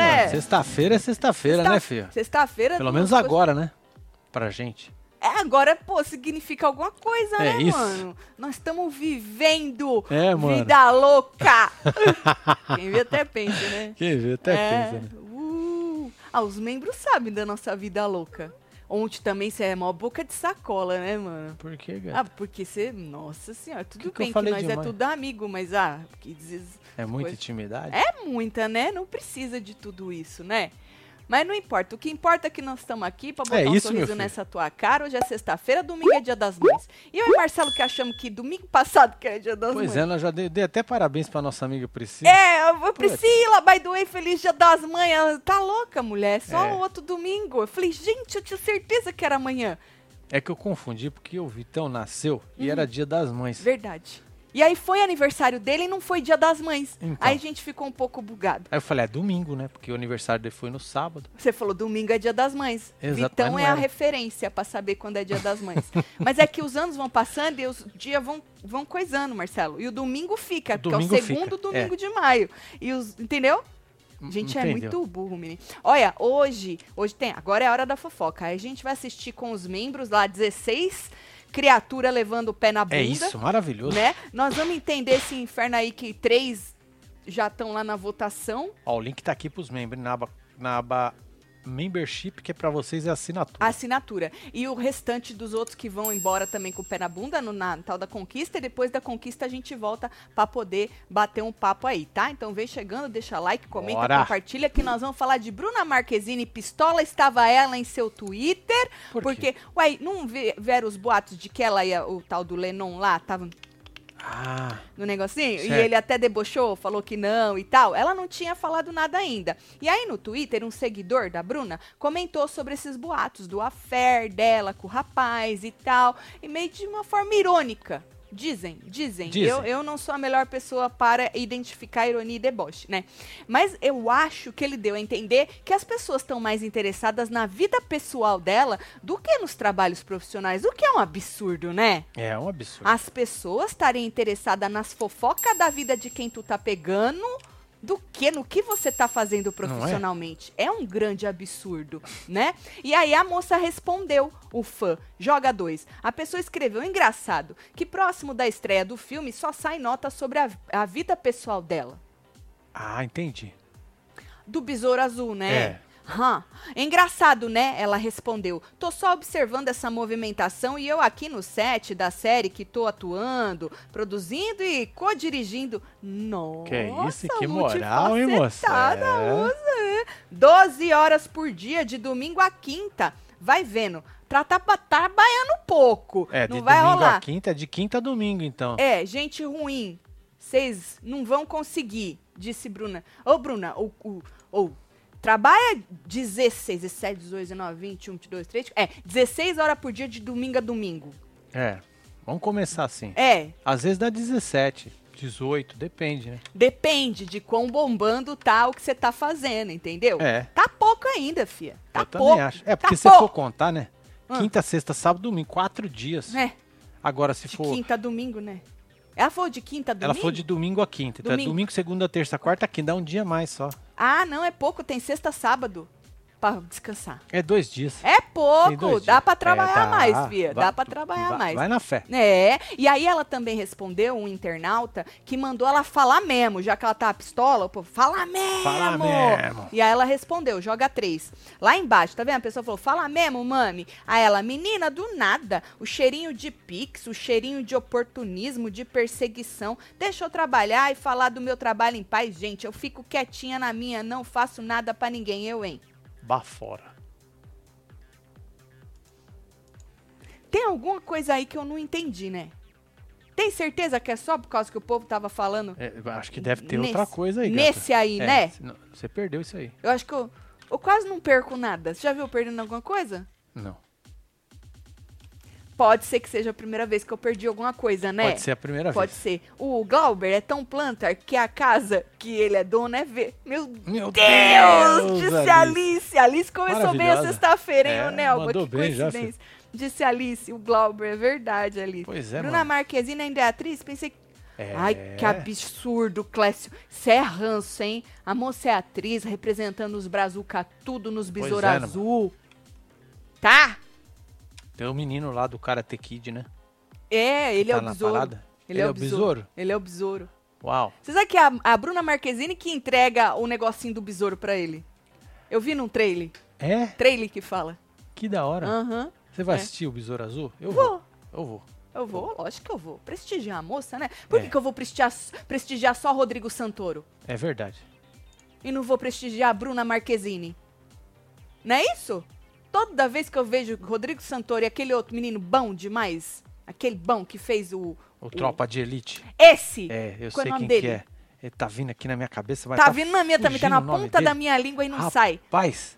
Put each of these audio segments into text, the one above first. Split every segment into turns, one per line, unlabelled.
Ah,
Sexta-feira é sexta-feira,
Sexta-
né, filho?
né? Sexta-feira.
É, Pelo
tu-
menos
tu-
agora, né? Pra gente.
É, agora, pô, significa alguma coisa,
É
né,
isso.
mano? Nós estamos vivendo
É, mano.
vida louca. Quem vê até pensa, né?
Quem vê, até
é.
pensa, né?
uh. Ah, os membros sabem da nossa vida louca. Ontem também você é mó boca de sacola, né, mano?
Por que, cara?
Ah, porque você. Nossa senhora, tudo
É. Que que eu
bem que,
falei
nós é
demais?
tudo amigo, mas ah, que diz
é muita
coisa.
intimidade?
é muita, né? Não precisa de tudo isso, né? Mas não importa. O que importa é que nós estamos aqui pra botar
É
um
isso, meu
sorriso
filho.
nessa tua cara. Hoje é sexta-feira, domingo é dia das mães. E eu e Marcelo que achamos que domingo passado que era dia das
Pois
mães.
é, nós já dei, dei até parabéns pra nossa amiga Priscila.
É, eu- eu- Priscila, by the way, feliz dia das mães. Ela tá louca, mulher. Só
É.
o outro domingo. Eu falei, gente, eu tinha certeza que era amanhã.
É que eu confundi porque o Vitão nasceu
Uhum.
e era dia das mães.
Verdade. E aí foi aniversário dele e não foi dia das mães.
Então.
Aí a gente ficou um pouco bugado.
Aí eu falei, é domingo, né? Porque o aniversário dele foi no sábado.
Você falou, domingo é dia das mães.
Exato, mas
Vitão
não
é a
era.
referência pra saber quando é dia das mães. Mas é que os anos vão passando e os dias vão, vão coisando, Marcelo. E o domingo fica,
O
porque é o
domingo fica,
segundo
é. Hum,
domingo de maio. E os, entendeu? Gente, é
Entendeu?
muito burro, menino. Olha, hoje, hoje tem, agora é a hora da fofoca. Aí a gente vai assistir com os membros lá, 16 criatura levando o pé na bunda.
É isso, maravilhoso.
né? Nós vamos entender esse inferno aí que três já estão lá na votação.
Ó, o link tá aqui pros membros na aba, na aba membership, que é pra vocês é assinatura.
A assinatura. E o restante dos outros que vão embora também com o pé na bunda no Natal da Conquista. E depois da Conquista a gente volta pra poder bater um papo aí, tá? Então vem chegando, deixa like, comenta,
Bora.
compartilha que nós vamos falar de Bruna Marquezine Pistola. Estava ela em seu Twitter.
Por quê?
porque, ué, não vi- vieram os boatos de que ela ia, o tal do Lennon lá, tava
Ah,
no negocinho, e
Certo.
ele até debochou, falou que não e tal. Ela não tinha falado nada ainda. E aí no Twitter, um seguidor da Bruna comentou sobre esses boatos do affair dela com o rapaz e tal, e meio de uma forma irônica. Dizem, dizem.
Dizem.
Eu, eu não sou a melhor pessoa para identificar ironia e deboche, né? Mas eu acho que ele deu a entender que as pessoas estão mais interessadas na vida pessoal dela do que nos trabalhos profissionais, o que é um absurdo, né?
é um absurdo.
as pessoas estarem interessadas nas fofocas da vida de quem tu tá pegando do que no que você tá fazendo profissionalmente. É? um grande absurdo, né? E aí a moça respondeu, o fã, joga dois. A pessoa escreveu, engraçado, que próximo da estreia do filme só sai nota sobre a, a vida pessoal dela.
Ah, entendi.
Do Besouro Azul, né?
É.
Hã. Engraçado, né? Ela respondeu. Tô só observando essa movimentação e eu aqui no set da série que tô atuando, produzindo e co-dirigindo. Nossa,
Que é isso, que moral, hein, moça?
multifacetada,
É.
moça, né? 12 horas por dia, de domingo a quinta. Vai vendo. Tá, tá, tá trabalhando pouco.
É,
não
de
vai
domingo
rolar.
a quinta, de quinta a domingo, então.
É, gente ruim. Vocês não vão conseguir, disse Bruna. Ô, Bruna, ou, ou, ou, trabalha 16, 17, 18, 19, 20, 22, 23. É, 16 horas por dia de domingo a domingo.
É, vamos começar assim.
É,
Às vezes dá 17, 18, depende, né?
depende de quão bombando tá o que você tá fazendo, entendeu?
É.
Tá pouco ainda, fia. Tá
Eu
pouco.
também acho. É, porque
tá
se for
pouco.
contar, né?
Hum.
Quinta, sexta, sábado, domingo, quatro dias.
É,
Agora, se
de
for.
quinta a domingo, né? Ela falou de quinta a domingo?
Ela foi de domingo a quinta. Então
Domingo.
é domingo, segunda, terça, quarta, quinta. Dá um dia a mais só.
Ah, não, é pouco. Tem sexta, sábado pra descansar.
É dois dias.
É
Tem
pouco,
dois
dá
dias.
pra
É,
trabalhar
dá.
mais, Fia.
Vai-
Dá pra trabalhar
vai-
mais.
Vai na fé.
É, e aí ela também respondeu um internauta que mandou ela falar mesmo, já que ela tá pistola, o povo, fala mesmo!
Fala mesmo.
E aí ela respondeu, joga três. Lá embaixo, tá vendo? A pessoa falou, fala mesmo, mami. Aí ela, menina, do nada, o cheirinho de pix, o cheirinho de oportunismo, de perseguição, deixa eu trabalhar e falar do meu trabalho em paz, gente, eu fico quietinha na minha, não faço nada pra ninguém, eu, hein?
Bafora.
Tem alguma coisa aí que eu não entendi, né? Tem certeza que é só por causa que o povo tava falando?
É, eu acho que deve ter
Nesse-
outra coisa aí, gata.
Nesse aí,
É,
né?
senão- Você perdeu isso aí.
Eu acho que eu, eu quase não perco nada. Você já viu eu perdendo alguma coisa?
Não.
Pode ser que seja a primeira vez que eu perdi alguma coisa, né?
Pode ser a primeira
Pode
vez.
ser. O Glauber é tão planta que a casa que ele é dono é ver. Meu
Meu
Deus! Disse a Alice.
Alice.
Alice começou bem a
Maravilhosa.
sexta-feira, hein,
É,
ô Nelba?
mandou
Que
bem já,
coincidência. Disse Alice, o Glauber, é verdade, Alice.
Pois é,
Bruna
mano.
Marquezine ainda é atriz? Pensei que.
É.
Ai, que absurdo, Clécio. Você é ranço, hein? A moça é atriz, representando os Brazuca tudo nos
Pois
Besouro
é, né,
Azul. Tá?
Tem o menino lá do Karate Kid, né?
É, ele é
tá
o
na
besouro.
parada. Ele é o besouro?
Ele é o besouro.
Uau.
Vocês sabem que é a, a Bruna Marquezine que entrega o negocinho do besouro pra ele? Eu vi num trailer.
É?
Trailer que fala.
Que da hora.
Aham.
Você vai
é.
assistir o Besouro Azul? Eu vou.
Vou.
Eu vou.
Eu vou, lógico que eu vou. Prestigiar a moça, né? Por que,
É.
que eu vou prestigiar, prestigiar só Rodrigo Santoro?
É verdade.
e não vou prestigiar a Bruna Marquezine. Não é isso? Toda vez que eu vejo Rodrigo Santoro e aquele outro menino bom demais, aquele bom que fez o.
O Tropa de Elite.
Esse!
É, eu
Qual é
sei
o nome
quem que
dele?
é. Ele tá vindo aqui na minha cabeça. Vai
tá
tá
vindo na minha também, tá na
fugindo o nome
ponta da
dele.
minha língua e não
Rapaz,
sai.
Rapaz,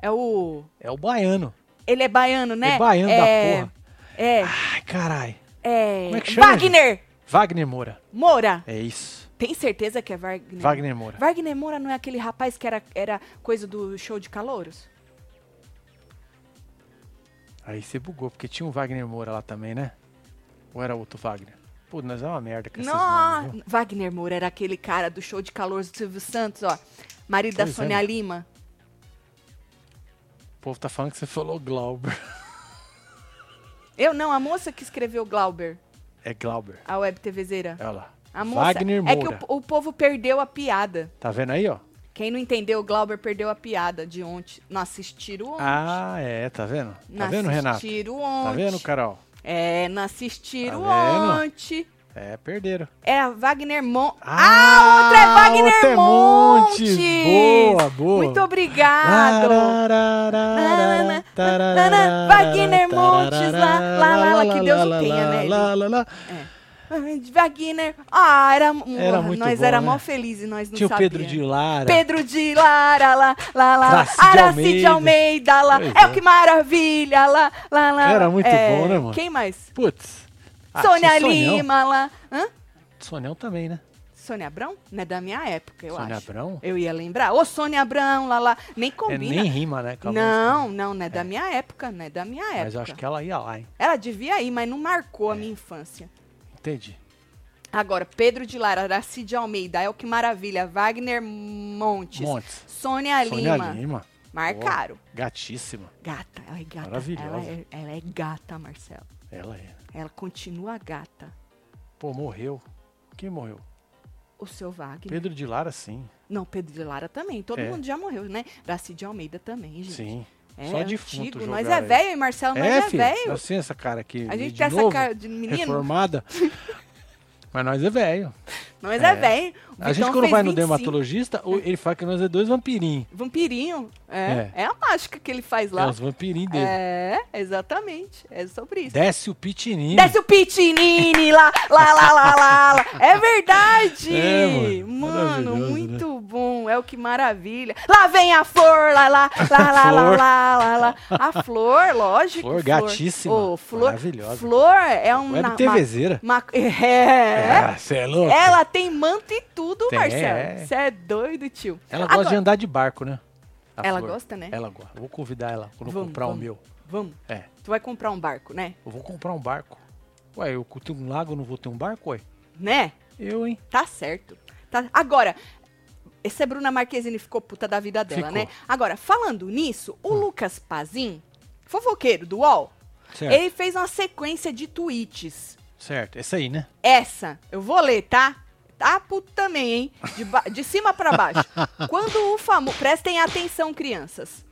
É o.
é o baiano.
Ele é baiano, né?
É baiano da
é...
porra.
É.
Ai, caralho.
É.
Como é que chama,
Wagner
Wagner Moura.
Moura!
É isso.
Tem certeza que é Wagner?
Wagner Moura.
Wagner Moura não é aquele rapaz que era, era coisa do show de calouros?
Aí você bugou, porque tinha um Wagner Moura lá também, né? Ou era outro Wagner? Pô, nós é uma merda com esses nomes, viu?
Nossa! Wagner Moura era aquele cara do show de calor do Silvio Santos, ó. Marido da
Pois é,
Sônia
né?
Lima.
O povo tá falando que você falou Glauber.
Eu não, a moça que escreveu Glauber,
É Glauber.
a web TVzeira.
Olha lá.
A moça.
Wagner Moura.
É que o, o povo perdeu a piada.
Tá vendo aí, ó?
Quem não entendeu o Glauber perdeu a piada de ontem. Não assistiram ontem.
Ah, é, tá vendo?
não
Tá vendo, Renato?
assistiram
Tá
ontem.
vendo, Carol?
É, não assistiram
Tá vendo?
ontem.
É, perderam.
Era Wagner Mon...
Ah,
outra é Wagner
outra é
Montes!
Montes. Boa, boa.
Muito obrigado! Nanana, nanana, Wagner Montes, lá, lá, lá, lá, que Deus o tenha, né,
Lá, lá, lá.
Ai, Wagner. Ah, era,
Era
Porra,
muito
nós
bom,
era
né?
mó felizes, nós não
Tinha o Pedro
sabia.
de Lara.
Pedro de Lara, lá, lá, lá, lá.
Aracide
Aracide
Almeida.
Almeida, lá.
Pois
É, o
é.
que maravilha, lá, lá, lá.
Era muito
É,
bom, né, mano?
Quem mais?
Putz. Ah,
Sônia
tinha Sonhão.
Lima, lá. Hã?
Sonhão também, né?
Sônia Abrão? Não é da minha época, eu
Sônia
acho.
Abrão?
Eu ia lembrar. Ô, Sônia Abrão, lá, lá. Nem
É,
combina.
nem rima, né? com a
não, não, não é da minha época, não é da minha
música.
época.
Mas eu acho que é. ela ia lá, hein?
Ela devia ir, mas não marcou a minha infância.
Entendi.
Agora, Pedro de Lara, Aracide Almeida, El que Maravilha, Wagner Montes,
Montes.
Sônia, Lima.
Sônia Lima.
Marcaram.
Gatíssima.
Gata, ela é gata.
Maravilhosa.
Ela é, ela é gata, Marcelo.
Ela é.
Ela continua gata.
Pô, morreu. Quem morreu?
O seu Wagner.
Pedro de Lara, sim.
Não, Pedro de Lara também. Todo
É.
mundo já morreu, né? Aracide Almeida também, gente.
Sim.
É,
Só
antigo.
defunto
Nós é
jogaram aí.
velho, hein, Marcelo? Nós é,
filho.
velho.
Assim, essa cara aqui.
A gente
de
tem essa
novo,
cara de menino.
Reformada. Mas nós é velho.
Nós é,
É.
velho. O
A gente,
Vitão
quando
fez
vai no
25.
dermatologista, o- ele fala que nós é dois vampirinhos.
Vampirinho. É.
É.
é a mágica que ele faz
É
lá.
os vampirinhos dele.
É, exatamente. É sobre isso.
Desce o pitininho.
Desce o pitinini lá, lá, lá, lá, lá, lá. É verdade!
É, mano.
mano,
Maravilhoso, né?
muito bom. É o que maravilha. Lá vem a flor, lá, lá, lá, lá, lá,
Flor.
lá, lá, lá. A flor, lógico.
Flor gatíssima,
Ô, flor,
maravilhosa.
Flor é um...
Web
na-
TVzeira.
ma- ma- é.
Ah, cê é louco.
Ela tem manto e tudo,
Tem,
Marcelo.
é.
Você é doido, tio.
Ela
Agora-
gosta de andar de barco, né? A
Ela
Flor.
gosta, né?
Ela gosta. Vou convidar ela quando eu
Vamos,
comprar
vamos.
o meu.
Vamos,
É,
tu vai comprar um barco, né?
eu vou comprar um barco. Ué, eu tenho um lago, eu não vou ter um barco, ué?
Né?
Eu, hein?
Tá certo. Tá- Agora, essa Bruna Marquezine ficou puta da vida dela,
Ficou. Hum.
né? Agora, falando nisso, o Lucas Pazin, fofoqueiro do UOL,
Certo,
ele fez uma sequência de tweets.
certo. Essa aí, né?
Essa, eu vou ler, tá? Tá puto também, hein? De, ba- de cima pra baixo. Quando o famoso. Prestem atenção, crianças.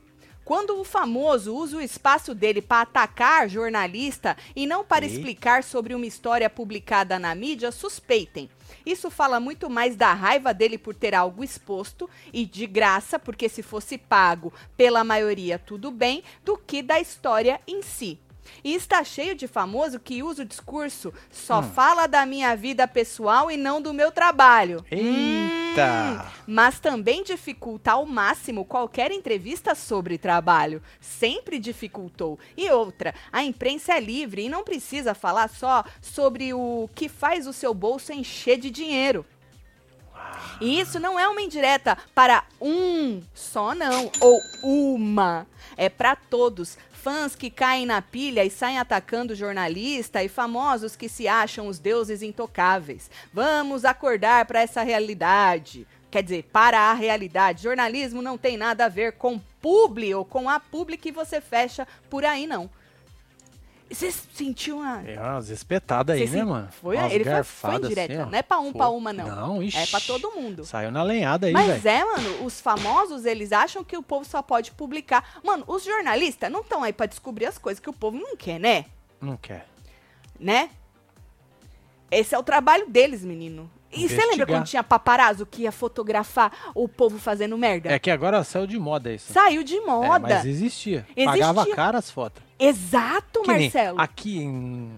Quando o famoso usa o espaço dele para atacar jornalista e não para
Eita.
explicar sobre uma história publicada na mídia, suspeitem. Isso fala muito mais da raiva dele por ter algo exposto e de graça, porque se fosse pago pela maioria tudo bem, do que da história em si. E está cheio de famoso que usa o discurso só fala da minha vida pessoal e não do meu trabalho.
Eita!
Mas também dificulta ao máximo qualquer entrevista sobre trabalho. Sempre dificultou. E outra, a imprensa é livre e não precisa falar só sobre o que faz o seu bolso encher de dinheiro. E isso não é uma indireta para um só, não, ou uma. É para todos. Fãs que caem na pilha e saem atacando jornalista e famosos que se acham os deuses intocáveis. Vamos acordar para essa realidade. Quer dizer, para a realidade. Jornalismo não tem nada a ver com publi ou com a publi que você fecha por aí, não. Você sentiu uma.
É umas espetadas aí,
Você
né,
se-
mano?
Foi,
umas
ele foi, foi
garfadas
indireta.
assim, ó.
não é pra um,
Foi.
pra uma, não.
Não, ixi.
É pra todo mundo.
Saiu na lenhada aí,
Mas
velho.
é, mano, os famosos, eles acham que o povo só pode publicar. Mano, os jornalistas não estão aí pra descobrir as coisas que o povo não quer, né?
Não quer.
Né? Esse é o trabalho deles, menino. E você lembra
Investigar.
quando tinha paparazzo que ia fotografar o povo fazendo merda?
É que agora saiu de moda isso.
Saiu de
É,
moda.
mas existia.
Existia.
Pagava cara as fotos.
Exato,
Que nem
Marcelo. Uhum.
Aqui em,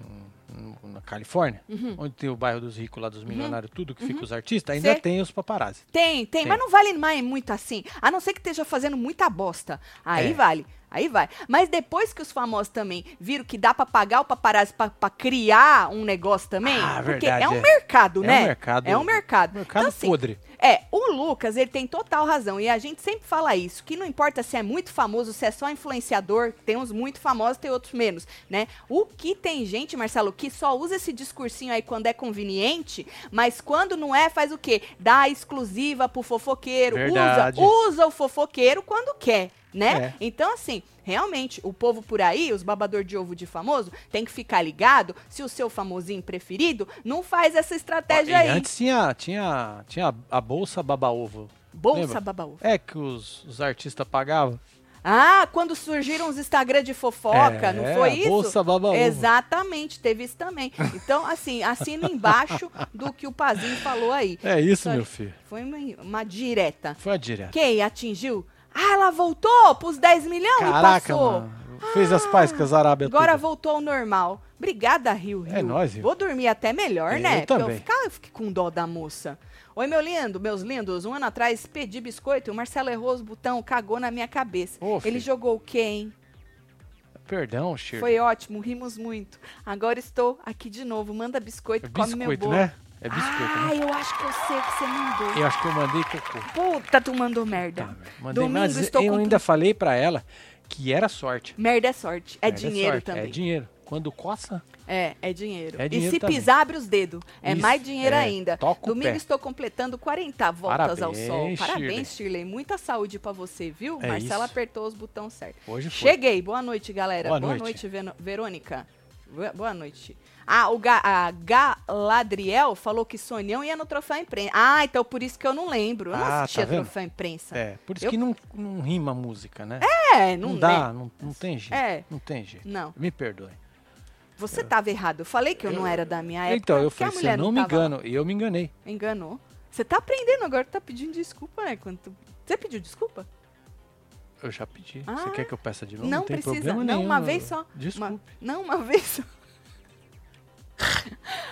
na Califórnia, onde tem o bairro dos ricos lá, dos milionários, tudo que fica os artistas, ainda
Sei.
tem os paparazzi.
Tem, tem,
Tem.
mas não vale mais muito assim. A não ser que esteja fazendo muita bosta. Aí
É.
vale, aí vai. Mas depois que os famosos também viram que dá pra pagar o paparazzi pra, pra criar um negócio também,
Ah,
porque
verdade,
é um
é.
mercado,
É
né?
um mercado-
É um mercado.
Mercado
então, assim,
podre.
é, o Lucas, ele tem total razão. E a gente sempre fala isso, que não importa se é muito famoso, se é só influenciador, tem uns muito famosos, tem outros menos, né? O que tem gente, Marcelo, que só usa esse discursinho aí quando é conveniente, mas quando não é, faz o quê? Dá a exclusiva pro fofoqueiro, usa,
Verdade.
usa o fofoqueiro quando quer. Né?
É.
Então, assim, realmente, o povo por aí, os babador de ovo de famoso, tem que ficar ligado se o seu famosinho preferido não faz essa estratégia
E
aí.
antes tinha, tinha, tinha a bolsa baba-ovo.
Bolsa
lembra?
babaú.
É que os, os artistas pagavam.
Ah, quando surgiram os Instagram de fofoca,
É,
não foi isso?
Bolsa baba Exato.
Exatamente, teve isso também. Então, assim, assino embaixo do que o Pazinho falou aí.
É isso,
Sorry.
meu filho.
Foi uma, uma direta.
Foi a direta.
Quem atingiu? Ah, ela voltou pros 10 milhões e
Caraca,
passou.
mano. Fez as paz com as Arábia
Agora
tudo.
voltou ao normal. Obrigada, Rio Rio.
É nóis, Rio.
Vou dormir até melhor,
Eu
né? Porque
também.
Eu, ficar, eu fiquei com dó da moça. Oi, meu lindo, meus lindos. Um ano atrás pedi biscoito e o Marcelo errou os botão, cagou na minha cabeça.
Ô,
Ele
filho.
jogou o quê, hein?
Perdão, Shirley.
Foi ótimo, rimos muito. Agora estou aqui de novo. Manda biscoito,
É
come meu
biscoito,
bolo.
né? É biscoito,
ah,
né?
eu acho que eu sei que você mandou.
Eu acho que eu mandei cocô.
Puta, tu mandou merda.
Tá, mandei,
Domingo
mas
estou
eu
com-
ainda falei pra ela que era sorte.
Merda é sorte. É
Era
dinheiro
sorte,
também.
É dinheiro. Quando coça,
É, é dinheiro.
É
e
dinheiro
se
também.
pisar, abre os dedos. É
Isso,
mais dinheiro
é,
ainda.
toca o
Domingo
pé.
estou completando 40 voltas ao
Parabéns,
sol.
Shirley.
Parabéns, Shirley. Muita saúde pra você, viu?
É
Marcela
isso.
apertou os botões certos.
hoje foi.
Cheguei. Boa noite, galera.
Boa
Boa noite,
noite.
Veno- Verônica. Ve- Boa noite. Ah, o Ga- a Galadriel falou que Sonhão ia no Troféu Imprensa. Ah, então por isso que eu não lembro. Eu não
Ah, tá
assistia
vendo?
Troféu Imprensa. É,
É, por isso
Eu-
que não, não rima a música, né?
não,
não
né?
dá, não, não tem jeito.
É.
Não tem jeito.
Não,
Me perdoe.
você estava errado. Eu falei que eu, não era da minha época.
É. então, eu
porque a
falei, se
mulher
eu não me
tava lá.
engano, e eu me enganei.
Enganou. Você tá aprendendo agora, tá pedindo desculpa, né? Quando tu- Você pediu desculpa?
Eu já pedi.
Ah,
Você quer que eu peça de novo?
não
Não, tem
precisa,
problema
não,
nenhum.
uma vez só.
Desculpe.
Uma- Não, uma vez só.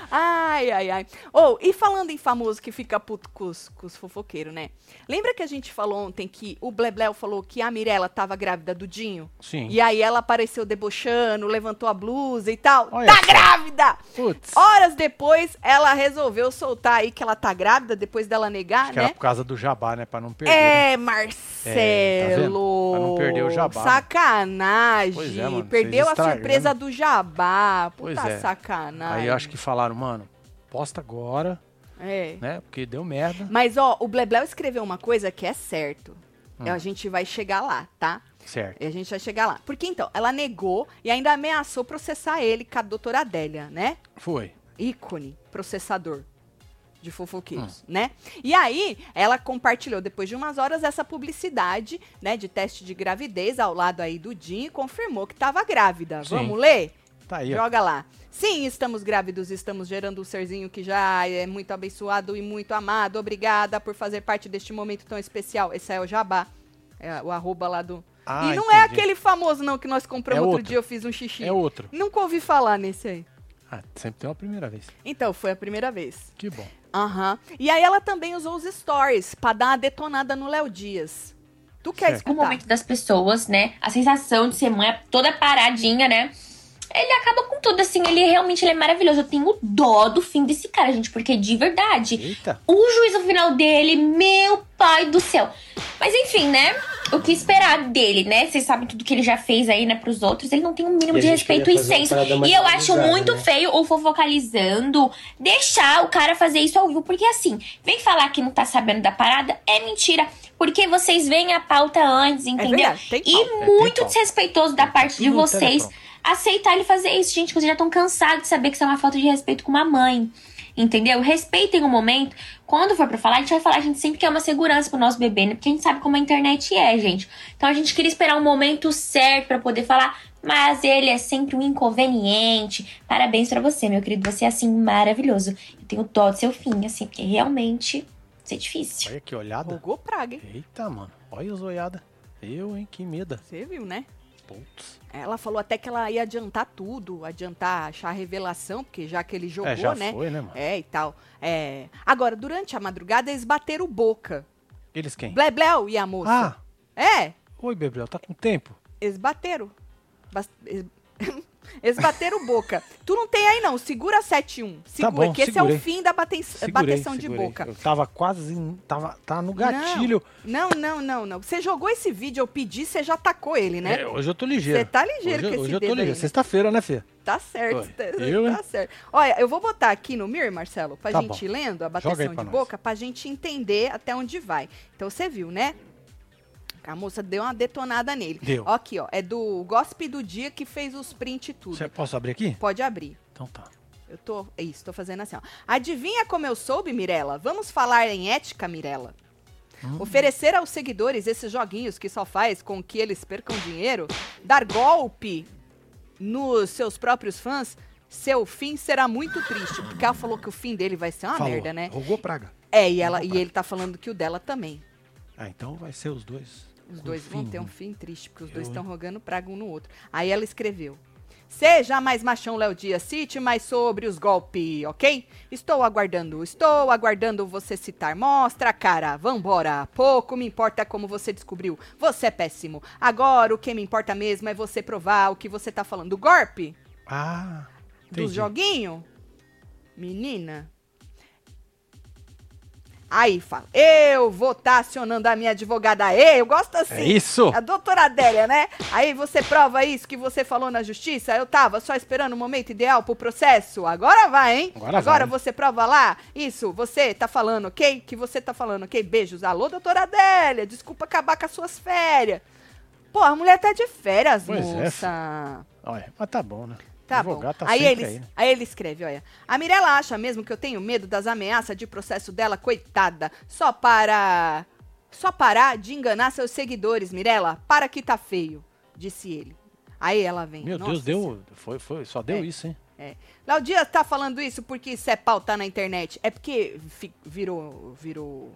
ai, ai, ai. Ou, e falando em famoso que fica puto com os, com os fofoqueiros, né? Lembra que a gente falou ontem que o Blebleu falou que a Mirella tava grávida do Dinho?
Sim.
E aí ela apareceu debochando, levantou a blusa e tal.
Olha
tá
só.
grávida!
Putz,
Horas depois, ela resolveu soltar aí que ela tá grávida, depois dela negar,
acho que
né?
era por causa do jabá, né? Pra não perder. né?
É,
É, tá
Marcelo.
vendo? Pra não perder o jabá, né?
Sacanagem.
Pois é, mano,
Perdeu
vocês
a
estragam,
surpresa
né?
do jabá. Puta
Pois é.
sacanagem.
Aí eu acho que falaram, mano, posta agora,
É.
né? Porque deu merda.
Mas, ó, o Blebleu escreveu uma coisa que é certo.
Hum.
A gente vai chegar lá, tá?
Certo.
E a gente vai chegar lá. Porque, então, ela negou e ainda ameaçou processar ele com a doutora Adélia, né?
Foi.
ícone processador de fofoqueiros,
Hum.
né? E aí, ela compartilhou depois de umas horas essa publicidade, né, de teste de gravidez ao lado aí do Jim e confirmou que estava grávida.
Sim.
Vamos ler?
Tá aí, ó.
Joga lá. Sim, estamos grávidos, estamos gerando um serzinho que já é muito abençoado e muito amado. Obrigada por fazer parte deste momento tão especial. Esse é o Jabá, é o arroba lá do...
Ah,
e não é
entendi.
aquele famoso não que nós compramos
É
outro
outro.
dia, eu fiz um xixi.
É outro.
Nunca ouvi falar nesse aí.
Ah, sempre tem uma primeira vez.
Então, foi a primeira vez.
Que bom.
Aham. E aí ela também usou os stories pra dar uma detonada no Léo Dias. Tu quer
Certo.
o
escutar?
momento das pessoas, né? A sensação de ser mãe é toda paradinha, né? Ele acaba com tudo, assim, ele realmente ele é maravilhoso. Eu tenho dó do fim desse cara, gente, porque de verdade,
Eita.
o juízo final dele, meu pai do céu. Mas enfim, né? O que esperar dele, né? Vocês sabem tudo que ele já fez aí, né, pros outros. Ele não tem o um mínimo
E a
de
gente queria
respeito e
fazer uma
senso.
parada mais
E eu acho
humanizada,
muito
né?
feio ou fofocalizando deixar o cara fazer isso ao vivo. Porque assim, vem falar que não tá sabendo da parada, é mentira. Porque vocês veem a pauta antes, entendeu?
É verdade, tem
e
pauta.
É, tem
muito
pauta.
desrespeitoso da parte de
Não,
vocês
teleprompter.
aceitar ele fazer isso, gente. Vocês já estão cansados de saber que isso é uma falta de respeito com uma mãe. Entendeu? Respeitem o momento. Quando for pra falar, a gente vai falar. A gente sempre quer uma segurança pro nosso bebê, né? Porque a gente sabe como a internet é, gente. Então a gente queria esperar o momento certo pra poder falar. Mas ele é sempre um inconveniente. Parabéns pra você, meu querido. Você é, assim, maravilhoso. Eu tenho dó do seu fim, assim, porque realmente isso é difícil.
Olha que olhada.
Rogou praga, hein?
Eita, mano. Olha os olhada. Eu, hein? Que medo.
Você viu, né?
Putz.
Ela falou até que ela ia adiantar tudo, adiantar, achar a revelação, porque já que ele jogou,
é, já
né?
foi, né, mano?
É, e tal. É. Agora, durante a madrugada, eles bateram boca.
Eles quem?
Blebleu e a moça.
Ah,
É,
oi, Bebel. Tá com tempo?
eles bateram. Bas- eles- Eles bateram boca. Tu não tem aí, não. Segura 7-1. Segura,
Tá bom,
que esse é
segurei.
o fim da baten-
Segurei,
É bateção de
segurei.
boca.
Eu tava quase... em- Tava, tá no gatilho.
Não, não, não, não. Você jogou esse vídeo, eu pedi, você já tacou ele, né?
É, hoje eu tô
Você
ligeiro.
tá ligeiro
hoje
com
hoje
esse
eu tô
dedo aí,
ligeiro.
né?
Sexta-feira, né, Fê?
Tá certo,
Oi,
tá,
eu,
tá certo. Olha, eu vou botar aqui no Mir, Marcelo, pra
Tá
gente
bom.
ir lendo a
Joga aí
bateção
pra
de
nós.
boca, pra gente entender até onde vai. Então você viu, né? A moça deu uma detonada nele.
Deu.
Ó, aqui, ó. É do Gospe do Dia que fez os print e tudo.
Cê- posso abrir aqui?
Pode abrir.
Então tá.
Eu tô. É isso, tô fazendo assim, ó. Adivinha como eu soube, Mirella? Vamos falar em ética, Mirella? Oferecer aos seguidores esses joguinhos que só faz com que eles percam dinheiro, dar golpe nos seus próprios fãs, seu fim será muito triste. Porque ela falou que o fim dele vai ser uma
Falou.
merda, né?
Rogou praga.
É, e, ela, e ele tá falando que o dela também.
Ah, então vai ser os dois.
Os
Com
dois vão
fim.
ter um fim triste, porque os dois
Eu,
estão rogando praga um no outro. Aí ela escreveu. Seja mais machão, Léo Dias, cite mais sobre os golpes, ok? Estou aguardando, estou aguardando você citar. Mostra, a cara, vambora. Pouco me importa como você descobriu. Você é péssimo. Agora o que me importa mesmo é você provar o que você tá falando. Do golpe?
Ah,
Dos
entendi.
joguinho? Menina. Aí fala, eu vou tá acionando a minha advogada. Ei, eu gosto assim.
É isso?
A doutora Adélia, né? Aí você prova isso que você falou na justiça? Eu tava só esperando o momento ideal pro processo. Agora vai, hein?
Agora vai.
você prova lá. Isso, você tá falando, ok? Que você tá falando, ok? Beijos. Alô, doutora Adélia. Desculpa acabar com as suas férias. Pô, a mulher tá de férias,
Pois é,
moça.
Olha, mas tá bom, né?
Tá bom.
Advogado tá
aí,
sempre
ele,
aí,
aí,
né?
ele escreve, olha. A Mirella acha mesmo que eu tenho medo das ameaças de processo dela, coitada. Só para. Só parar de enganar seus seguidores, Mirella. Para que tá feio, disse ele. Aí ela vem.
Meu
"Nossa
Deus, deu. um Foi, foi, só deu
É.
isso, hein?
Léo Dias tá falando isso porque isso é pauta na internet. É porque fi- virou, virou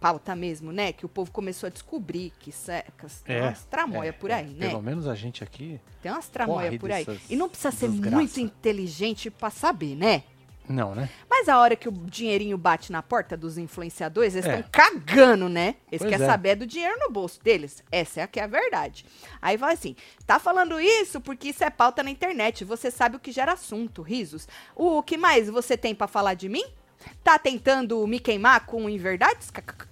pauta mesmo, né? Que o povo começou a descobrir que isso é, que as- tem
É,
umas tramóia
É,
por
é,
aí, né?
Pelo menos a gente aqui.
Tem umas tramóia
corre
por aí.
dessas
E não precisa ser
desgraça.
muito inteligente pra saber, né?
Não, né?
Mas a hora que o dinheirinho bate na porta dos influenciadores, eles
É.
estão cagando, né? Eles
Pois
querem
é.
saber do dinheiro no bolso deles. Essa é a que é a verdade. Aí vai assim, tá falando isso porque isso é pauta na internet. Você sabe o que gera assunto, risos. O que mais você tem pra falar de mim? Tá tentando me queimar com inverdades? KKK.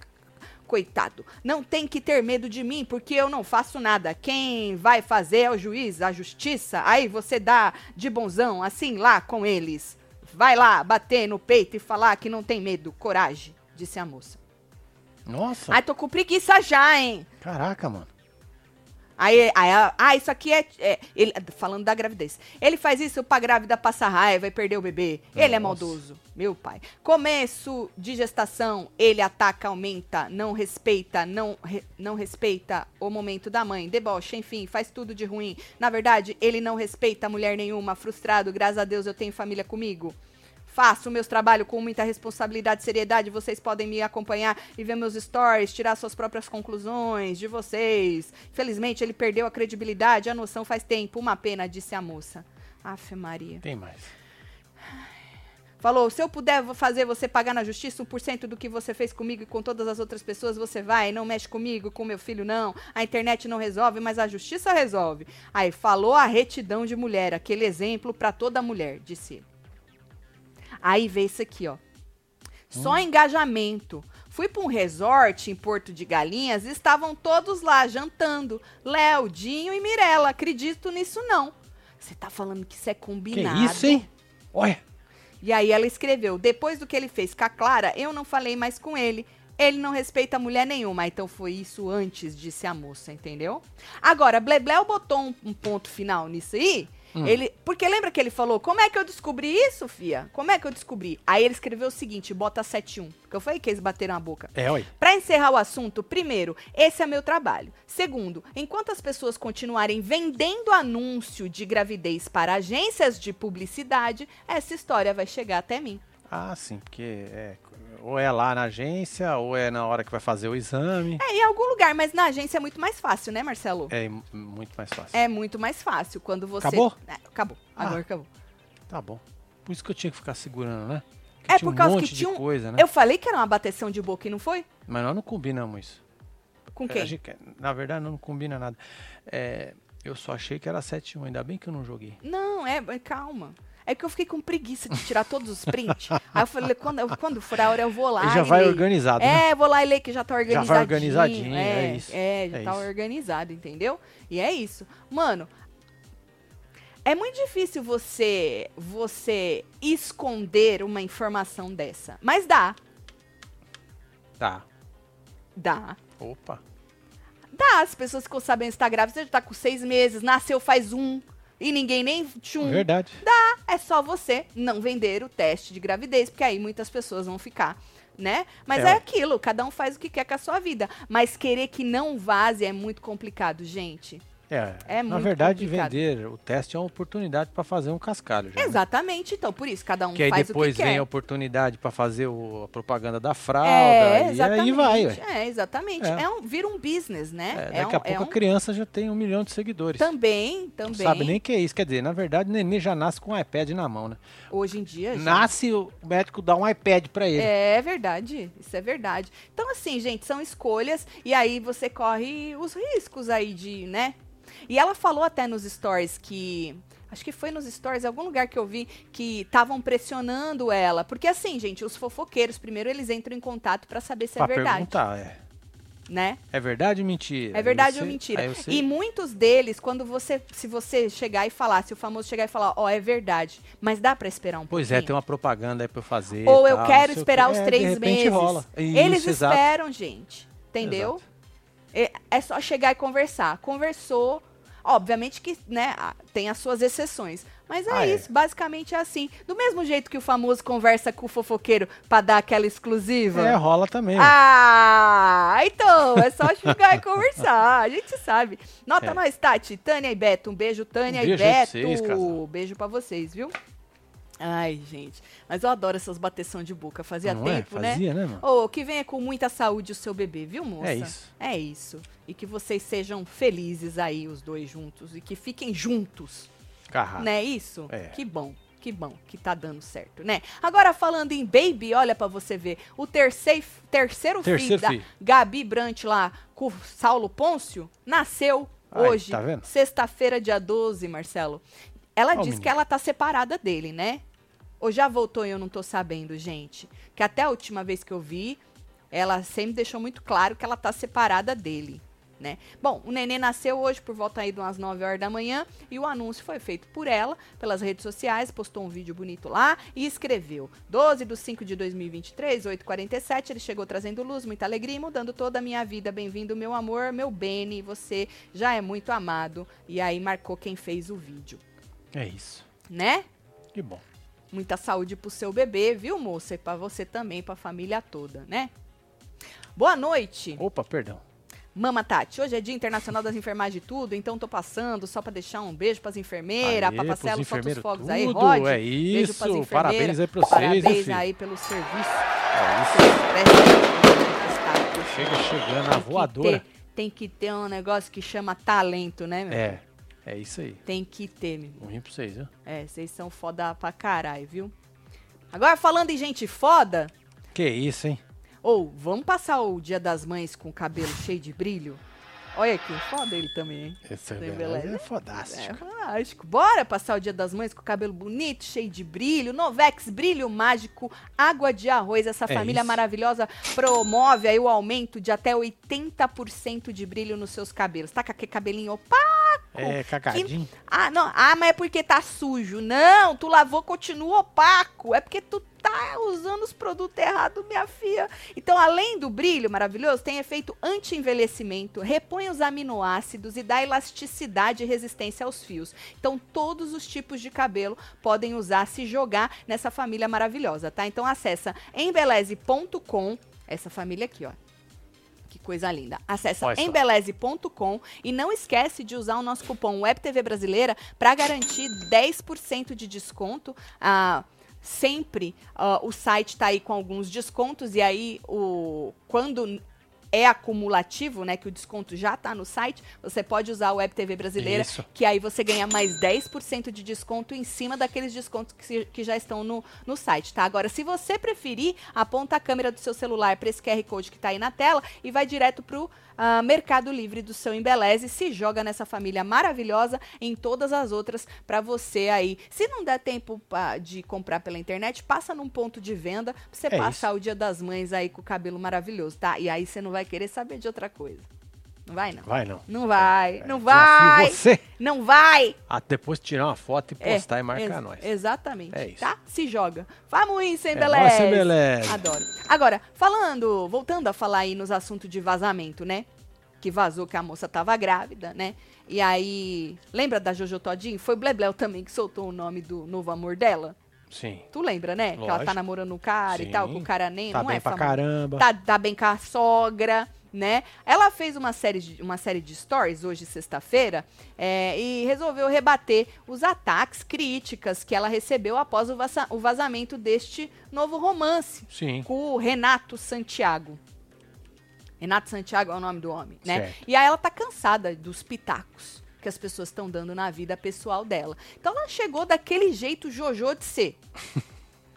Coitado, não tem que ter medo de mim, porque eu não faço nada. Quem vai fazer é o juiz, a justiça. Aí você dá de bonzão, assim lá com eles. Vai lá bater no peito e falar que não tem medo. Coragem, disse a moça.
Nossa,
Ai, tô com preguiça já, hein?
caraca, mano.
Aí, aí ela- ah, isso aqui é, é- ele, falando da gravidez. Ele faz isso pra grávida passar raiva e perder o bebê. Ele é
Nossa.
maldoso, meu pai. Começo de gestação, ele ataca, aumenta, não respeita, não, re- não respeita o momento da mãe, deboche, enfim, faz tudo de ruim. Na verdade, ele não respeita mulher nenhuma, frustrado, graças a Deus eu tenho família comigo. Faço meus trabalhos com muita responsabilidade e seriedade. Vocês podem me acompanhar e ver meus stories, tirar suas próprias conclusões de vocês. Felizmente, ele perdeu a credibilidade, a noção faz tempo. Uma pena, disse a moça. Aff, Maria.
Tem mais.
Falou, se eu puder fazer você pagar na justiça 1% do que você fez comigo e com todas as outras pessoas, você vai, não mexe comigo, com meu filho não. A internet não resolve, mas a justiça resolve. Aí falou a retidão de mulher, aquele exemplo para toda mulher, disse ele. Aí veio isso aqui,
Hum.
ó. Só hum. engajamento. Fui para um resort em Porto de Galinhas e estavam todos lá jantando. Léo, Dinho e Mirella. Acredito nisso não. Você tá falando que isso é combinado.
Que isso, hein? Olha.
E aí ela escreveu: depois do que ele fez com a Clara, eu não falei mais com ele. Ele não respeita mulher nenhuma. Então foi isso antes, disse a moça, entendeu? Agora, Blebleu botou um, um ponto final nisso aí. Hum. Ele, porque lembra que ele falou: Como é que eu descobri isso, Fia? Como é que eu descobri? Aí ele escreveu o seguinte: bota 71. Que eu falei que eles bateram a boca.
É, oi.
Pra encerrar o assunto, primeiro, esse é meu trabalho. Segundo, enquanto as pessoas continuarem vendendo anúncio de gravidez para agências de publicidade, essa história vai chegar até mim.
Ah, sim, porque é, ou é lá na agência, ou é na hora que vai fazer o exame.
É, em algum lugar, mas na agência é muito mais fácil, né, Marcelo?
É muito mais fácil.
É muito mais fácil quando você.
Acabou?
É, acabou. Agora ah, acabou.
Tá bom. Por isso que eu tinha que ficar segurando, né?
Porque é por causa um monte que tinha um... de coisa, né? Eu falei que era uma bateção de boca e não foi?
Mas nós não combinamos isso.
Com quem?
É, Gente, na verdade, não combina nada. É, eu só achei que era 7-1, ainda bem que eu não joguei.
Não, é, calma. É que eu fiquei com preguiça de tirar todos os prints. Aí eu falei, quando, eu, quando for a hora, eu vou lá.
E já
e
vai
leio.
organizado.
É, né? vou lá e leio que já tá organizadinho.
Já vai organizadinho,
é,
é isso.
É, já
é
tá
isso.
organizado, entendeu? E é isso. Mano, é muito difícil você, você esconder uma informação dessa. Mas dá.
Tá.
Dá.
Opa.
Dá, as pessoas ficam sabendo que tá grávida, já tá com seis meses, nasceu faz um e ninguém nem tchum.
É Verdade.
Hum. Dá, é só você não vender o teste de gravidez, porque aí muitas pessoas vão ficar, né? Mas é. é, aquilo, cada um faz o que quer com a sua vida. Mas querer que não vaze é muito complicado, gente.
É, é na verdade, complicado. vender o teste é uma oportunidade para fazer um cascalho. Já,
Exatamente, né? então por isso cada um
que
faz
o que quer. aí depois vem
a
oportunidade para fazer o, a propaganda da fralda é, e aí vai. Ué. É,
É, exatamente. É. é. um, vira um business, né?
daqui
um,
a pouco
um...
a criança já tem um milhão de seguidores.
Também, também.
Não sabe nem o que é isso. Quer dizer, na verdade, o nenê já nasce com um iPad na mão, né?
Hoje em dia,
Nasce, o médico dá um iPad para ele.
É verdade, isso é verdade. Então assim, gente, são escolhas e aí você corre os riscos aí de, né? E ela falou até nos stories que. Acho que foi nos stories, algum lugar que eu vi que estavam pressionando ela. Porque assim, gente, os fofoqueiros, primeiro eles entram em contato para saber se
pra
é verdade.
perguntar, é.
Né?
É verdade ou mentira?
É verdade você, ou mentira. Você... E muitos deles, quando você. Se você chegar e falar, se o famoso chegar e falar, ó, oh, é verdade, mas dá para esperar um
pois
pouquinho.
é, tem uma propaganda aí pra eu fazer.
Ou eu
tal,
quero
sei
esperar
o
os
que. É,
três
de repente
meses.
Rola. Isso,
eles
exato.
esperam, gente. Entendeu?
Exato.
É só chegar e conversar. Conversou. Obviamente que, né, tem as suas exceções. Mas é
Ah, é.
isso, basicamente é assim. Do mesmo jeito que o famoso conversa com o fofoqueiro pra dar aquela exclusiva.
É, rola também.
Ah, então, é só chegar e conversar. A gente sabe. Nota
É.
nós, Tati. Tânia e Beto. Um beijo, Tânia
Um
e
beijo a
Beto.
vocês, casal.
beijo pra vocês, viu? Ai, gente. Mas eu adoro essas bateção de boca. Fazia
Não é?
tempo, né?
Fazia, né, mano?
Ô, que venha com muita saúde o seu bebê, viu, moça?
É isso.
É isso. E que vocês sejam felizes aí, os dois juntos. E que fiquem juntos,
Carrado.
né? Isso?
É.
Que bom. Que bom que tá dando certo, né? Agora, falando em baby, olha pra você ver. O terceiro, terceiro, filho
Terceiro
da
filho.
Gabi Brant lá com o Saulo Pôncio nasceu
Aí,
hoje,
tá vendo?
sexta-feira, dia 12, Marcelo. Ela
Ó o
diz que
menino.
ela tá separada dele, né? Ou já voltou e eu não tô sabendo, gente. Que até a última vez que eu vi, ela sempre deixou muito claro que ela tá separada dele, né? Bom, o neném nasceu hoje por volta aí de umas 9 horas da manhã e o anúncio foi feito por ela pelas redes sociais, postou um vídeo bonito lá e escreveu: 12 de 5 de 2023, 8h47, ele chegou trazendo luz, muita alegria e mudando toda a minha vida. Bem-vindo, meu amor, meu Beni, você já é muito amado. E aí marcou quem fez o vídeo,
É isso.
né?
Que bom.
Muita saúde pro seu bebê, viu, moça? E pra você também, pra família toda, né? Boa noite!
Opa, perdão.
Mama Tati, hoje é Dia Internacional das Enfermagens de Tudo, então tô passando só pra deixar um beijo pras enfermeiras,
Aê,
pra
pros
Pacelo, solta os
enfermeiros
fogos aí,
tudo,
Rod.
É
beijo pras
isso.
enfermeiras.
Parabéns aí pra vocês, hein,
Parabéns
filho?
aí pelo serviço.
É isso.
Presta-
Chega chegando a
Tem que
voadora.
ter- Tem que ter um negócio que chama talento, né, meu?
É, é isso aí.
Tem que ter, meu.
Um rim pra vocês, viu?
É, vocês são foda pra caralho, viu? Agora, falando em gente foda,
Que isso, hein?
ou vamos passar o Dia das Mães com o cabelo cheio de brilho? Olha que foda ele também, hein?
Esse
Tem
Beleza
beleza?
é
É
fodástico.
fantástico. Bora passar o dia das mães com o cabelo bonito, cheio de brilho. Novex, brilho mágico, água de arroz. Essa
É
família
isso.
maravilhosa promove aí o aumento de até 80% de brilho nos seus cabelos. Tá com aquele cabelinho opa?
É, cagadinho.
Ah, não. Ah, mas é porque tá sujo. Não, tu lavou, continua opaco. É porque tu tá usando os produtos errados, minha filha. Então, além do brilho maravilhoso, tem efeito anti-envelhecimento, repõe os aminoácidos e dá elasticidade e resistência aos fios. Então, todos os tipos de cabelo podem usar, se jogar nessa família maravilhosa, tá? Então, acessa embeleze.com, essa família aqui, ó. Que coisa linda. Acessa
Olha só.
embeleze.com e não esquece de usar o nosso cupom WebTV Brasileira para garantir 10% de desconto. Ah, sempre ah, o site tá aí com alguns descontos e aí o quando é acumulativo, né, que o desconto já tá no site, você pode usar o WebTV Brasileira
Isso.
que aí você ganha mais 10% de desconto em cima daqueles descontos que, se- que já estão no, no site, tá? Agora, se você preferir, aponta a câmera do seu celular para esse QR Code que tá aí na tela e vai direto pro ah, Mercado Livre do seu Embeleze, se joga nessa família maravilhosa em todas as outras para você aí. Se não der tempo pa- de comprar pela internet, passa num ponto de venda pra você
É
passar o Dia das Mães aí com o cabelo maravilhoso, tá? E aí você não vai querer saber de outra coisa. Não vai, não.
Vai não. É,
Não vai, não
Desafio
vai,
você
não vai!
a depois tirar uma foto e
É,
postar e marcar
Ex-
nós.
Exatamente.
É isso.
Tá? Se joga. Vamos isso, hein,
É
Beleza?
nóis, hein, Beleza?
Adoro. Agora, falando, voltando a falar aí nos assuntos de vazamento, né? Que vazou que a moça tava grávida, né? E aí, lembra da Jojo Todinho? Foi o Blebleu também que soltou o nome do novo amor dela?
Sim.
Tu lembra, né? Que ela tá
Lógico.
namorando um cara e
Sim.
tal, que o cara nem
Tá
não
bem
é
pra
famoso
caramba.
tá, tá bem com a sogra, né? Ela fez uma série de, uma série de stories hoje, sexta-feira, é, e resolveu rebater os ataques, críticas que ela recebeu após o, vaza- o vazamento deste novo romance
Sim.
com o Renato Santiago. Renato Santiago é o nome do homem, né?
Certo.
E aí ela tá cansada dos pitacos que as pessoas estão dando na vida pessoal dela. Então ela chegou daquele jeito Jojo de ser.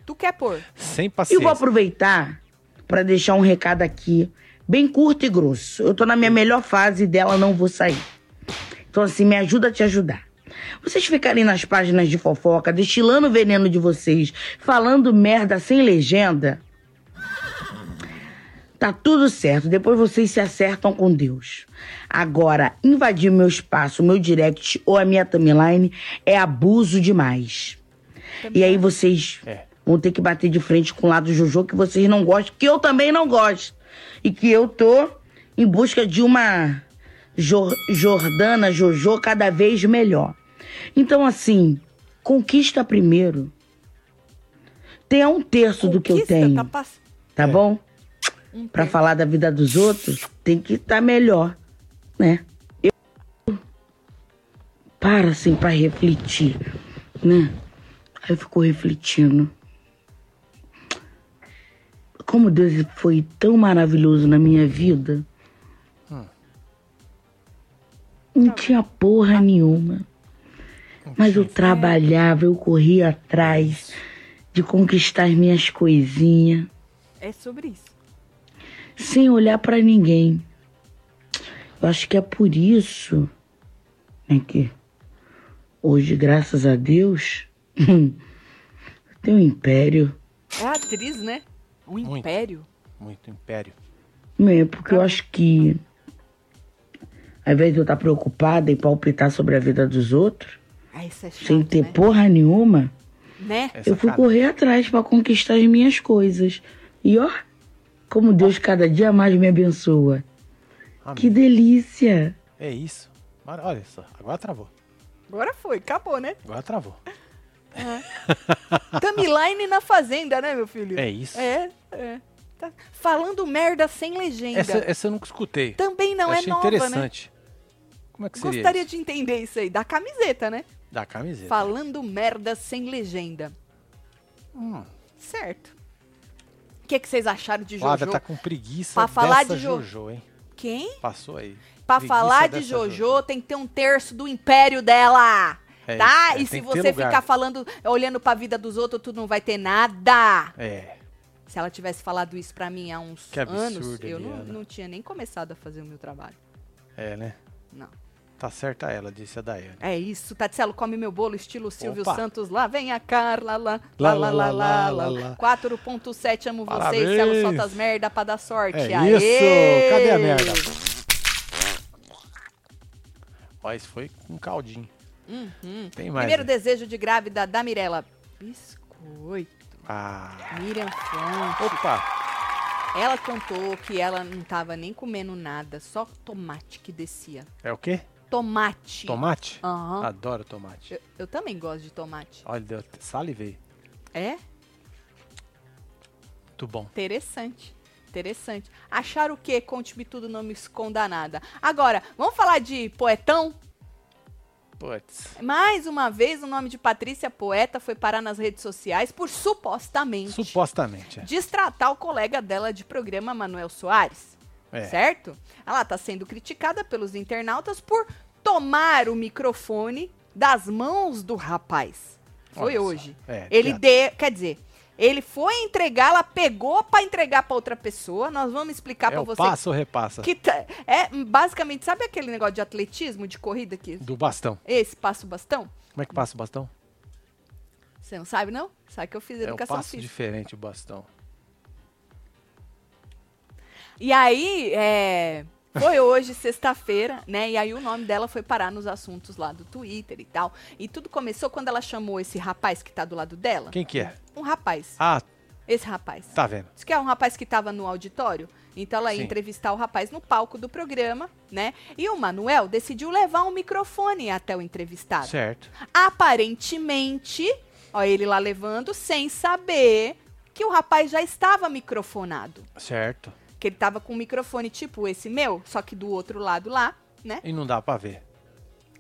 tu quer pôr?
Sem
Eu vou
paciência.
aproveitar pra deixar um recado aqui, bem curto e grosso. Eu tô na minha melhor fase e dela, não vou sair. Então, assim, me ajuda a te ajudar. Vocês ficarem nas páginas de fofoca, destilando o veneno de vocês, falando merda sem legenda. Tá tudo certo, depois vocês se acertam com Deus. Agora, invadir meu espaço, meu direct ou a minha timeline é abuso demais. E aí vocês
É.
vão ter que bater de frente com o lado Jojo que vocês não gostam, que eu também não gosto. E que eu tô em busca de uma Jor- Jordana Jojo cada vez melhor. Então, assim, conquista primeiro. Tenha um terço do que eu
Conquista,
tenho,
tá
tá,
pass-
bom?
um
Pra
tempo.
falar da vida dos outros, tem que estar melhor, né? Eu para assim pra refletir, né? Aí eu fico refletindo. Como Deus foi tão maravilhoso na minha vida. Não tinha porra nenhuma. Mas eu trabalhava, eu corria atrás de conquistar as minhas coisinhas
É sobre isso.
sem olhar pra ninguém. Eu acho que é por isso né, que hoje, graças a Deus, eu tenho um império.
É atriz, né? Um
Muito.
império.
Muito império.
Né, porque eu acho que, ao invés de eu estar preocupada e palpitar sobre a vida dos outros,
Ah, isso é chato,
sem ter
né?
porra nenhuma,
né?
É
eu fui
sacada.
correr atrás pra conquistar as minhas coisas. E ó, como Deus cada dia mais me abençoa.
Amém.
Que delícia!
É isso. Mara- Olha só. Agora travou.
Agora foi, acabou, né?
Agora travou.
Timeline na fazenda, né, meu filho?
É isso.
É, é. Tá Falando merda sem legenda.
Essa, essa eu nunca escutei.
Também não é
Achei
nova, né?
interessante. Como é que seria
Gostaria
isso?
de entender isso aí. Da camiseta, né?
Da camiseta.
Falando merda sem legenda.
Hum.
Certo. O que, que vocês acharam de
O Ada
Jojo?
tá com preguiça
Pra falar
dessa
de Jo-
Jojo, hein?
Quem?
Passou aí.
Pra
Preguiça
falar de
dessa
Jojo, tem que ter um terço do império dela.
É
tá?
isso, é,
e se
tem que ter
você
lugar.
ficar falando, olhando pra vida dos outros, tu não vai ter nada.
É.
Se ela tivesse falado isso pra mim há uns
Que absurdo,
anos, eu não,
Eliana.
não tinha nem começado a fazer o meu trabalho.
É, né?
Não.
Tá certa ela, disse a Daiane.
É isso, Tatselo come meu bolo, estilo Silvio
Opa.
Santos. Lá vem a Carla, lá, lá, lá,
Lá,
lá, lá,
lá,
lá,
lá, lá.
4.7, amo vocês,
Parabéns.
Celo solta as merda pra dar sorte.
É
Aê!
isso! Cadê a merda? Ó, isso foi um caldinho.
Uhum.
Tem mais.
Primeiro
né?
desejo de grávida da Mirella. Biscoito.
Ah.
Miriam Fonte.
Opa!
Ela contou que ela não tava nem comendo nada, só tomate que descia.
É o quê?
Tomate.
Tomate?
Aham.
Adoro tomate.
Eu, eu também gosto de tomate.
Olha, deu até- salivei.
É?
Muito bom.
Interessante. Interessante. Achar o quê? Conte-me tudo, não me esconda nada. Agora, vamos falar de poetão?
Putz.
Mais uma vez, o nome de Patrícia Poeta foi parar nas redes sociais por supostamente
Supostamente. é.
destratar o colega dela de programa, Manuel Soares.
É.
Certo? Ela está sendo criticada pelos internautas por tomar o microfone das mãos do rapaz. Foi
Olha só.
hoje.
É,
Ele
já-
de, quer dizer, ele foi entregar, ela pegou pra entregar pra outra pessoa. Nós vamos explicar
é
pra
o
você
passa ou repassa?
que tá- é basicamente, sabe aquele negócio de atletismo, de corrida que
Do bastão.
esse passa o bastão?
Como é que passa o bastão?
Você não sabe não? Sabe que eu fiz
É o
educação
passo
física.
diferente o bastão.
E aí, é, foi hoje, sexta-feira, né? E aí o nome dela foi parar nos assuntos lá do Twitter e tal. E tudo começou quando ela chamou esse rapaz que tá do lado dela.
Quem que é?
Um rapaz.
Ah,
Esse rapaz.
tá vendo.
Diz que é um rapaz que tava no auditório. Então ela ia
Sim.
entrevistar o rapaz no palco do programa, né? E o Manuel decidiu levar um microfone até o entrevistado.
Certo.
Aparentemente, ó, ele lá levando, sem saber que o rapaz já estava microfonado.
Certo.
Que ele tava com um microfone tipo esse meu, só que do outro lado lá, né?
E não dá pra ver.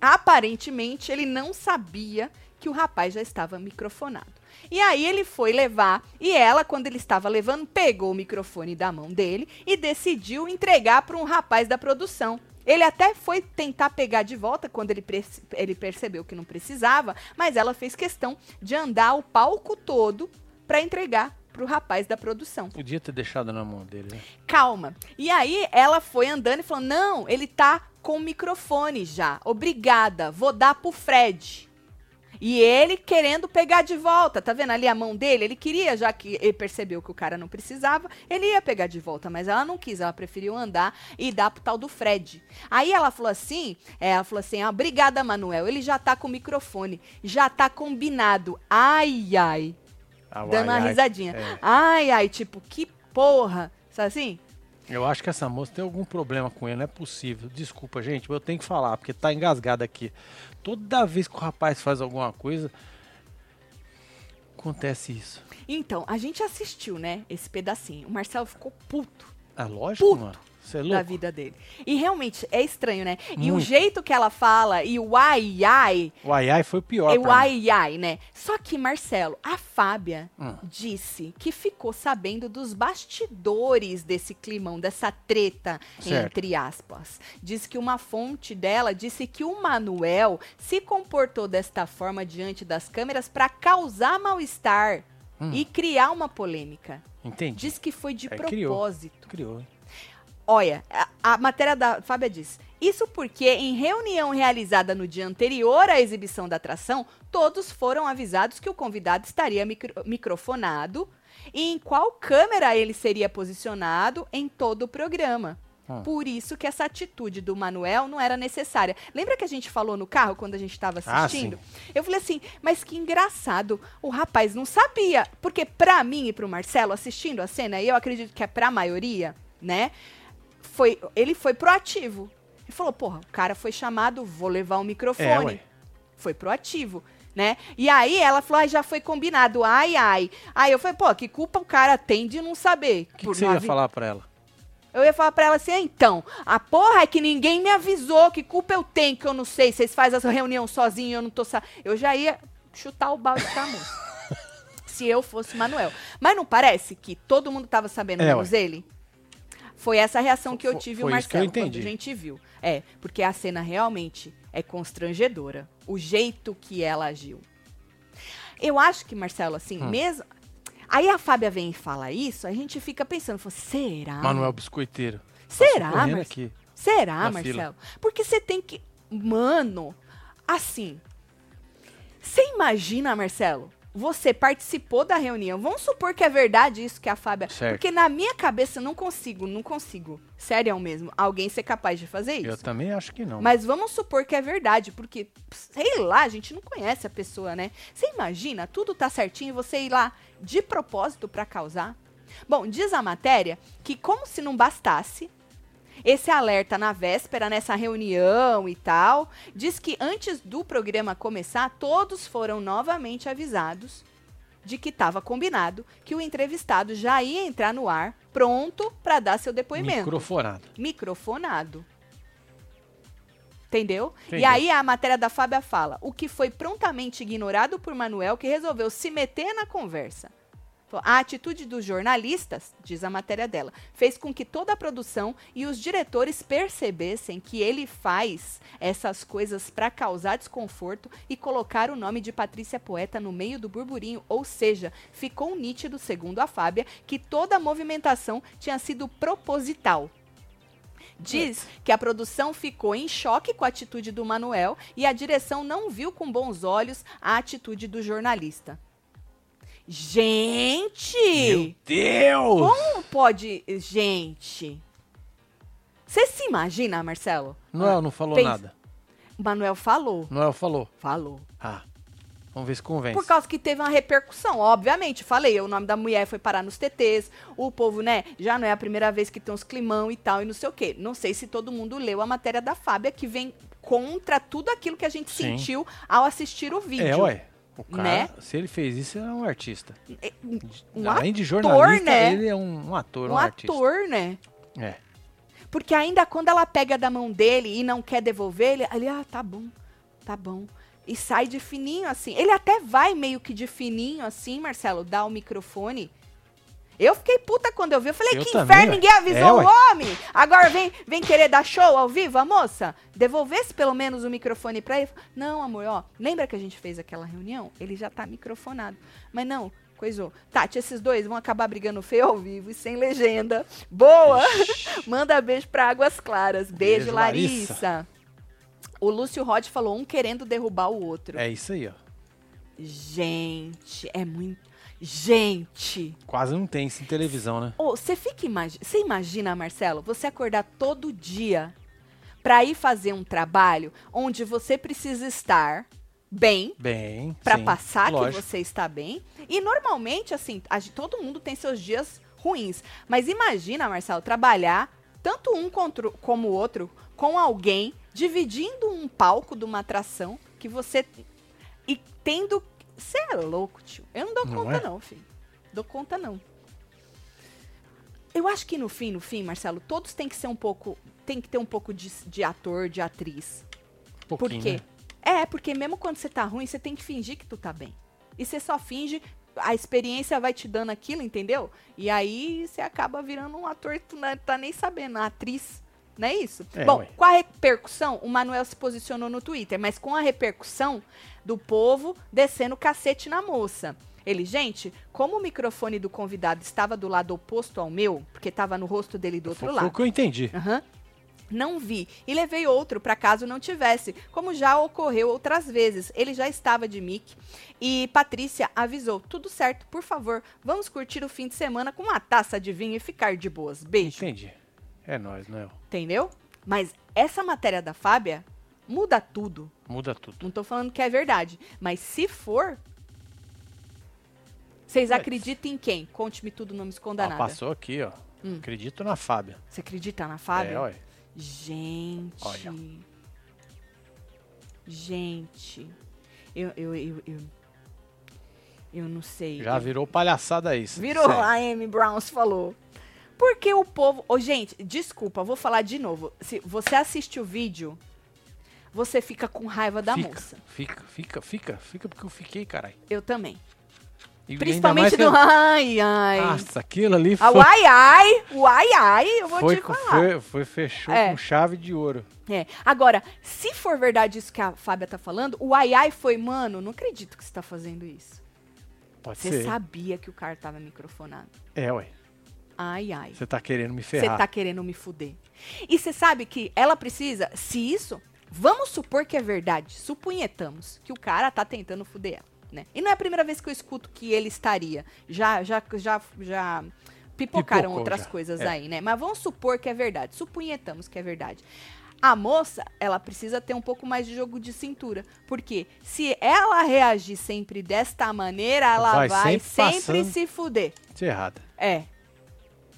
Aparentemente, ele não sabia que o rapaz já estava microfonado. E aí ele foi levar, e ela, quando ele estava levando, pegou o microfone da mão dele e decidiu entregar para um rapaz da produção. Ele até foi tentar pegar de volta quando ele, perce- ele percebeu que não precisava, mas ela fez questão de andar o palco todo para entregar para o rapaz da produção
Podia ter deixado na mão dele, né?
calma. E aí ela foi andando e falou: não, ele tá com o microfone já. Obrigada, vou dar pro Fred. E ele querendo pegar de volta, tá vendo ali a mão dele? Ele queria, já que ele percebeu que o cara não precisava, ele ia pegar de volta, mas ela não quis, ela preferiu andar e dar pro tal do Fred. Aí ela falou assim, é, ela falou assim, ah, obrigada, Manuel, ele já tá com o microfone, já tá combinado. Ai, ai
Ah, o
dando
ai,
uma
ai.
risadinha.
É.
Ai, ai, tipo, que porra. Sabe assim?
Eu acho que essa moça tem algum problema com ele, não é possível. Desculpa, gente, mas eu tenho que falar, porque tá engasgado aqui. Toda vez que o rapaz faz alguma coisa, acontece isso.
Então, a gente assistiu, né, esse pedacinho. O Marcelo ficou puto
É lógico,
Puto
mano. Você é
da
louco? Hum.
vida dele. E realmente, é estranho, né? E o
Muito.
jeito que ela fala, e o ai, ai,
O ai ai foi pior.
é o
pra mim.
ai, ai, né? Só que, Marcelo, a Fábia
Hum.
disse que ficou sabendo dos bastidores desse climão, dessa treta,
Certo.
entre aspas. Diz que uma fonte dela disse que o Manuel se comportou desta forma diante das câmeras para causar mal-estar
Hum.
e criar uma polêmica.
Entendi.
Diz que foi de
É, criou.
propósito.
Criou, hein?
Olha, a, a matéria da Fábia diz. Isso porque, em reunião realizada no dia anterior à exibição da atração, todos foram avisados que o convidado estaria micro- microfonado e em qual câmera ele seria posicionado em todo o programa.
Hum.
Por isso que essa atitude do Manuel não era necessária. Lembra que a gente falou no carro quando a gente estava
Ah,
assistindo? Eu falei assim, mas que engraçado, o rapaz não sabia. Porque pra mim e pro Marcelo, assistindo a cena, e eu acredito que é pra maioria, né? Foi, ele foi proativo. Ele falou, porra, o cara foi chamado, vou levar o
É,
microfone.
ué.
foi proativo, né? E aí ela falou, ai, já foi combinado, ai, ai. Aí eu falei, pô, que culpa o cara tem de não saber.
O que, que
Por
você
não
ia
avi-
falar pra ela?
eu ia falar pra ela assim, "Ah, então, a porra é que ninguém me avisou, que culpa eu tenho, que eu não sei, vocês fazem essa reunião sozinho, eu não tô sa... Eu já ia chutar o balde da moça. se eu fosse Manuel. Mas não parece que todo mundo tava sabendo,
É,
menos ele? Foi essa a reação
Fo-
que eu
fo-
tive, o
foi isso que eu
Marcelo, quando a
entendi.
gente viu. É, porque a cena realmente é constrangedora. O jeito que ela agiu. Eu acho que, Marcelo, assim,
Hum.
mesmo. Aí a Fábia vem e fala isso, a gente fica pensando, fala, será?
Manuel Biscoiteiro.
Ah.
Tá
será,
Correndo
Marcelo?
aqui.
Será,
Na
Marcelo?
fila.
Porque você tem que. Mano, assim. Você imagina, Marcelo? Você participou da reunião. Vamos supor que é verdade isso que a Fábia.
Certo.
Porque na minha cabeça eu não consigo, não consigo. Sério mesmo. Alguém ser capaz de fazer isso.
Eu também acho que não.
Mas vamos supor que é verdade, porque, sei lá, a gente não conhece a pessoa, né? Você imagina, tudo tá certinho e você ir lá de propósito pra causar? Bom, diz a matéria que, como se não bastasse, esse alerta na véspera, nessa reunião e tal, diz que antes do programa começar, todos foram novamente avisados de que estava combinado que o entrevistado já ia entrar no ar pronto pra dar seu depoimento
Microfonado.
microfonado. Entendeu?
Entendi.
E aí a matéria da Fábia fala: o que foi prontamente ignorado por Manuel, que resolveu se meter na conversa. A atitude dos jornalistas, diz a matéria dela, fez com que toda a produção e os diretores percebessem que ele faz essas coisas para causar desconforto e colocar o nome de Patrícia Poeta no meio do burburinho. Ou seja, ficou nítido, segundo a Fábia, que toda a movimentação tinha sido proposital. Diz
É.
que a produção ficou em choque com a atitude do Manuel e a direção não viu com bons olhos a atitude do jornalista. Gente!
Meu Deus!
Como pode. Gente! Você se imagina, Marcelo?
Noel não falou
Pensa.
nada.
O Manuel falou.
Noel falou.
Falou.
Ah, vamos ver se convence.
Por causa que teve uma repercussão, obviamente. Falei, o nome da mulher foi parar nos TTs, o povo, né, já não é a primeira vez que tem uns climão e tal, e não sei o quê. Não sei se todo mundo leu a matéria da Fábia, que vem contra tudo aquilo que a gente
Sim.
sentiu ao assistir o vídeo.
É, ué. O cara,
Né?
se ele fez isso, ele é um artista.
Um
Além de
ator,
jornalista,
né?
ele é um, um ator, um,
um
artista.
ator, né?
É.
Porque ainda quando ela pega da mão dele e não quer devolver, ele, ele, ah, tá bom, tá bom. E sai de fininho, assim. Ele até vai meio que de fininho, assim, Marcelo, dá o microfone. Eu fiquei puta quando eu vi. Eu falei,
Eu
que
também,
inferno,
ué.
ninguém
É,
avisou
ué.
o homem. Agora vem, vem querer dar show ao vivo, a moça. Devolvesse pelo menos o microfone pra ele. Não, amor, ó, lembra que a gente fez aquela reunião? Ele já tá microfonado. Mas não, coisou. Tati, esses dois vão acabar brigando feio ao vivo e sem legenda. Boa! Manda beijo pra Águas Claras. Beijo,
Beijo,
Larissa.
Larissa.
O Lúcio Rod falou um querendo derrubar o outro.
É isso aí, ó.
Gente, é muito. Gente!
Quase não tem isso em televisão, né?
Ô, Você fica imagi- Você imagina, Marcelo, você acordar todo dia pra ir fazer um trabalho onde você precisa estar bem
Bem.
Pra
sim,
passar
lógico.
que você está bem. E normalmente, assim, a gen- todo mundo tem seus dias ruins. Mas imagina, Marcelo, trabalhar tanto um contra, o- como o outro com alguém, dividindo um palco de uma atração que você. E tendo. Você é louco, tio. Eu não dou
Não
conta,
é?
não, filho. Dou conta, não. Eu acho que no fim, no fim, Marcelo, todos têm que ser um pouco. Tem que ter um pouco de, de ator, de atriz. Por
Pouquinho,
quê?
né?
É, porque mesmo quando você tá ruim, você tem que fingir que tu tá bem. E você só finge, a experiência vai te dando aquilo, entendeu? E aí você acaba virando um ator e tu não tá nem sabendo, uma atriz. Não é isso?
É,
Bom,
ué.
com a repercussão, o Manuel se posicionou no Twitter, mas com a repercussão do povo descendo o cacete na moça. Ele, gente, como o microfone do convidado estava do lado oposto ao meu, porque estava no rosto dele do outro
Foi, foi
lado.
o que eu entendi.
Aham. Não vi e levei outro para caso não tivesse, como já ocorreu outras vezes. Ele já estava de mic e Patrícia avisou: tudo certo, por favor, vamos curtir o fim de semana com uma taça de vinho e ficar de boas. Beijo.
Entendi. É nóis, Noel.
Entendeu? Mas essa matéria da Fábia muda tudo.
Muda tudo.
Não tô falando que é verdade, mas se for. Vocês
Mas-
acreditam em quem? Conte-me tudo, não me esconda
Ela
nada. Hum.
passou aqui, ó. Acredito na Fábia.
Você acredita na
É,
Fábia?
olha.
Gente.
Olha.
Gente. Eu, eu, eu, eu, eu não sei.
Já
Eu-
virou palhaçada isso.
Virou,
Sério.
a Amy Browns falou. Porque o povo. Ô, gente, desculpa, vou falar de novo. Se você assiste o vídeo, você fica com raiva da
fica,
moça.
Fica, fica, fica, fica porque eu fiquei, caralho.
Eu também.
E ainda
Principalmente
mais que-
do ai, ai.
Nossa, aquilo ali foi,
Ah, o ai, ai, o ai, ai, eu vou
foi,
te
co-
falar.
foi, foi- fechou
É.
com chave de ouro.
É. Agora, se for verdade isso que a Fábia tá falando, o ai, ai foi, mano, não acredito que você tá fazendo isso.
Pode
Você
ser.
sabia que o cara tava microfonado.
É, ué.
Ai, ai.
Você tá querendo me
Você
ferrar.
tá querendo me fuder. E você sabe que ela precisa, se isso, vamos supor que é verdade, supunhetamos que o cara tá tentando fuder ela, né? E não é a primeira vez que eu escuto que ele estaria. Já, já, já, já pipocaram
Pipocou
outras
já,
coisas
é.
aí, né? Mas vamos supor que é verdade, supunhetamos que é verdade. A moça, ela precisa ter um pouco mais de jogo de cintura, porque se ela reagir sempre desta maneira, ela vai,
Vai
sempre,
sempre passando.
se fuder.
Você errada.
É.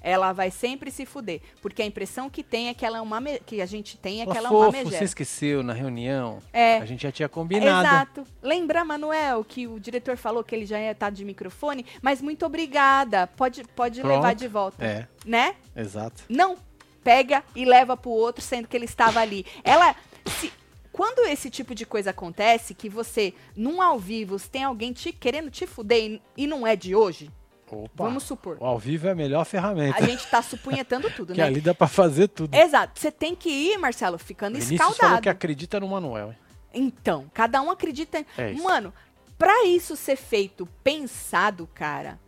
Ela vai sempre se fuder. Porque a impressão que tem é que ela é uma. me- Que a gente tem é que ela
Fala,
é uma
fofo, você
megera.
esqueceu na reunião?
É.
A gente já tinha combinado.
Exato. Lembra, Manuel, que o diretor falou que ele já ia estar de microfone, mas muito obrigada. Pode, pode
Pronto.
levar de volta.
É,
Né?
exato.
Não. Pega e leva pro outro, sendo que ele estava ali. Ela. se- quando esse tipo de coisa acontece, que você, num ao vivo, se tem alguém te querendo te fuder e, e não é de hoje,
Opa.
vamos supor.
O ao vivo é a melhor ferramenta.
A gente tá supunhetando tudo,
Que
né?
ali dá pra fazer tudo.
Exato. Você tem que ir, Marcelo, ficando
Vinícius falou
escaldado.
que é- acredita no Manuel. hein?
Então, cada um acredita. em-
É isso.
Mano, pra isso ser feito pensado, cara.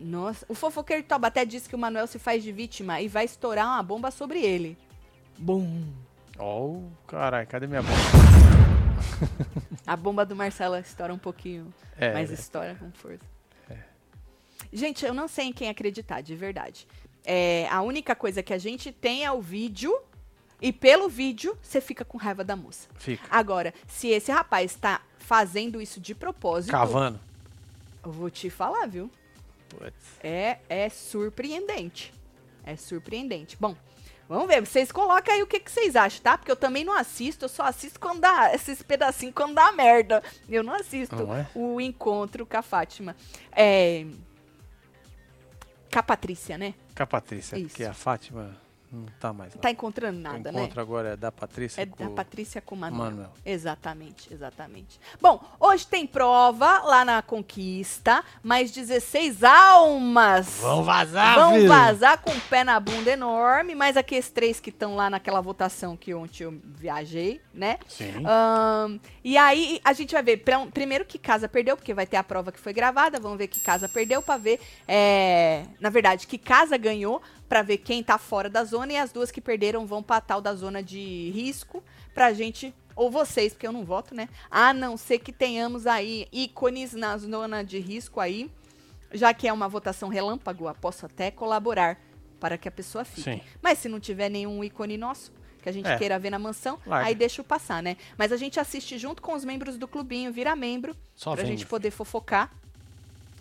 Nossa, o fofoqueiro de Taubaté disse que o Manuel se faz de vítima e vai estourar uma bomba sobre ele. Bom.
Ó, o caralho, cadê minha bola?
A bomba do Marcelo estoura um pouquinho,
É,
mas
é.
estoura com força. Gente, eu não sei em quem acreditar, de verdade. É, a única coisa que a gente tem é o vídeo, e pelo vídeo, você fica com raiva da moça.
Fica.
Agora, se esse rapaz tá fazendo isso de propósito,
Cavando.
eu vou te falar, viu?
Putz.
É, é surpreendente. É surpreendente. Bom, vamos ver. Vocês colocam aí o que, que vocês acham, tá? Porque eu também não assisto, eu só assisto quando dá esses pedacinhos quando dá merda. Eu não assisto
Não é?
o encontro com a Fátima. É. Com a Patrícia, né?
Com a Patrícia,
Isso.
porque a Fátima não tá mais lá.
Tá encontrando
o
nada, né?
encontro agora é da Patrícia
É
com
da Patrícia com o
o
Manuel.
Manuel.
Exatamente, exatamente. Bom, hoje tem prova lá na Conquista, mais 16 almas
Vão vazar,
vão
filho!
vazar com o pé na bunda enorme, mas aqueles três que estão lá naquela votação que ontem eu viajei, né?
Sim.
Ahn, e aí a gente vai ver pra um- primeiro que casa perdeu, porque vai ter a prova que foi gravada, vamos ver que casa perdeu pra ver, é, na verdade, que casa ganhou pra ver quem tá fora da zona e as duas que perderam vão pra tal da zona de risco pra gente ou vocês, porque eu não voto, né? A não ser que tenhamos aí ícones na zona de risco aí, já que é uma votação relâmpago, eu posso até colaborar para que a pessoa fique.
Sim.
Mas se não tiver nenhum ícone nosso, que a gente
É.
queira ver na mansão,
Larga.
aí deixa eu passar, né? Mas a gente assiste junto com os membros do clubinho, vira membro,
Só
pra
vem,
gente poder fofocar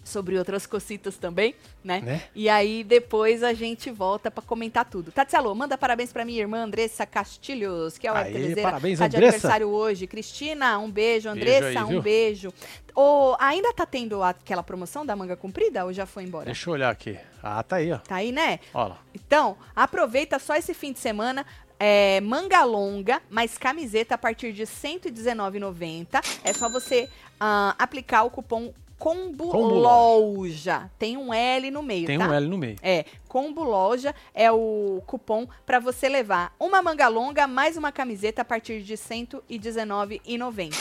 sobre outras cositas também, né?
né?
E aí depois a gente volta pra comentar tudo. Tati Alô, manda parabéns pra minha irmã Andressa Castilhos, que é o
Aê,
Terceira,
parabéns,
tá de
Andressa.
aniversário hoje. Cristina, um beijo.
Beijo
Andressa,
aí,
um
viu?
beijo. Ô, ainda tá tendo aquela promoção da manga comprida ou já foi embora?
Deixa eu olhar aqui. Ah, tá aí, ó.
Tá aí, né?
Ó lá.
Então, aproveita só esse fim de semana. É, manga longa, mais camiseta a partir de R$ 119,90. É só você ah, aplicar o cupom Combo,
Combo
Loja. Tem um L no meio,
Tem
tá?
um L no meio.
É, Combo Loja é o cupom para você levar uma manga longa mais uma camiseta a partir de R$ 119,90,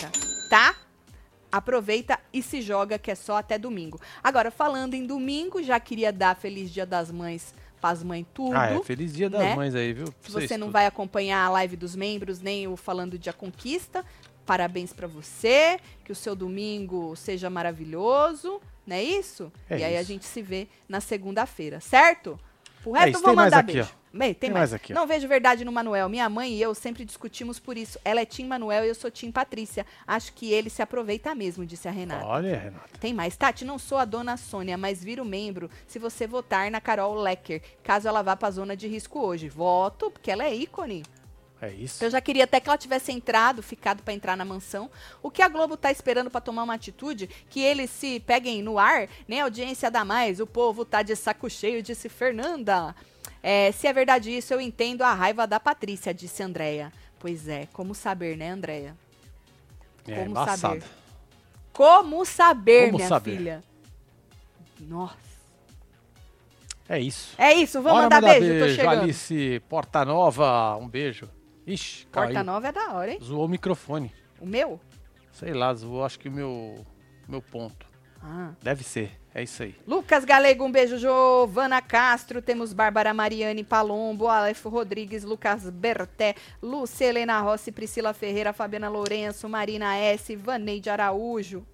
tá? Aproveita e se joga que é só até domingo. Agora, falando em domingo, já queria dar feliz Dia das Mães pras mães tudo.
Ah, é. Feliz dia das
né?
mães aí, viu?
Se você não
tudo.
vai acompanhar a live dos membros, nem o Falando de A Conquista, parabéns pra você, que o seu domingo seja maravilhoso, não é isso?
É
e aí a
isso. É
gente se vê na segunda-feira, certo? Pro resto,
isso,
eu vou
tem mais
mandar
aqui,
beijo. Bem, tem,
Tem
mais.
mais aqui, ó.
Não vejo verdade no Manuel. Minha mãe e eu sempre discutimos por isso. Ela é Tim Manuel e eu sou Tim Patrícia. Acho que ele se aproveita mesmo, disse a Renata.
Olha, Renata.
Tem mais. Tati, não sou a dona Sônia, mas viro membro se você votar na Carol Lecker, caso ela vá pra zona de risco hoje. Voto, porque ela é ícone.
É isso.
Eu já queria até que ela tivesse entrado, ficado pra entrar na mansão. O que a Globo tá esperando pra tomar uma atitude que eles se peguem no ar, nem audiência dá mais. O povo tá de saco cheio, disse Fernanda. É, se é verdade isso, eu entendo a raiva da Patrícia, disse Andréia. Pois é, como saber, né, Andréia?
É
Como
embaçado.
saber? Como saber,
Como
minha
saber.
filha? Nossa.
É isso.
É isso, vou
Bora
mandar beijo, tô chegando.
Alice Porta Nova, um beijo. Ixi,
Porta
caiu.
nova é da hora, hein?
Zoou o microfone.
O meu?
Sei lá, zoou acho que o meu, meu ponto.
Ah.
Deve ser, é isso aí.
Lucas Galego, um beijo. Giovana Castro, temos Bárbara Mariane Palombo, Aleph Rodrigues, Lucas Berté, Lúcia Helena Rossi, Priscila Ferreira, Fabiana Lourenço, Marina S, Vaneide Araújo,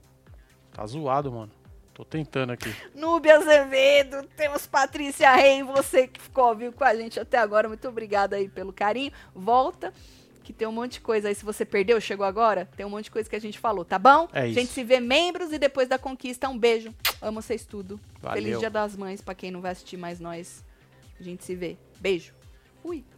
Tá zoado, mano. Tô tentando aqui.
Núbia Azevedo, temos Patrícia Reim, você que ficou viu com a gente até agora, muito obrigada aí pelo carinho. Volta, que tem um monte de coisa aí. Se você perdeu, chegou agora, tem um monte de coisa que a gente falou, tá bom?
É
a
isso.
gente se vê membros e depois da conquista, um beijo. Amo vocês tudo.
Valeu.
Feliz Dia das Mães pra quem não vai assistir mais nós. A gente se vê. Beijo. Fui.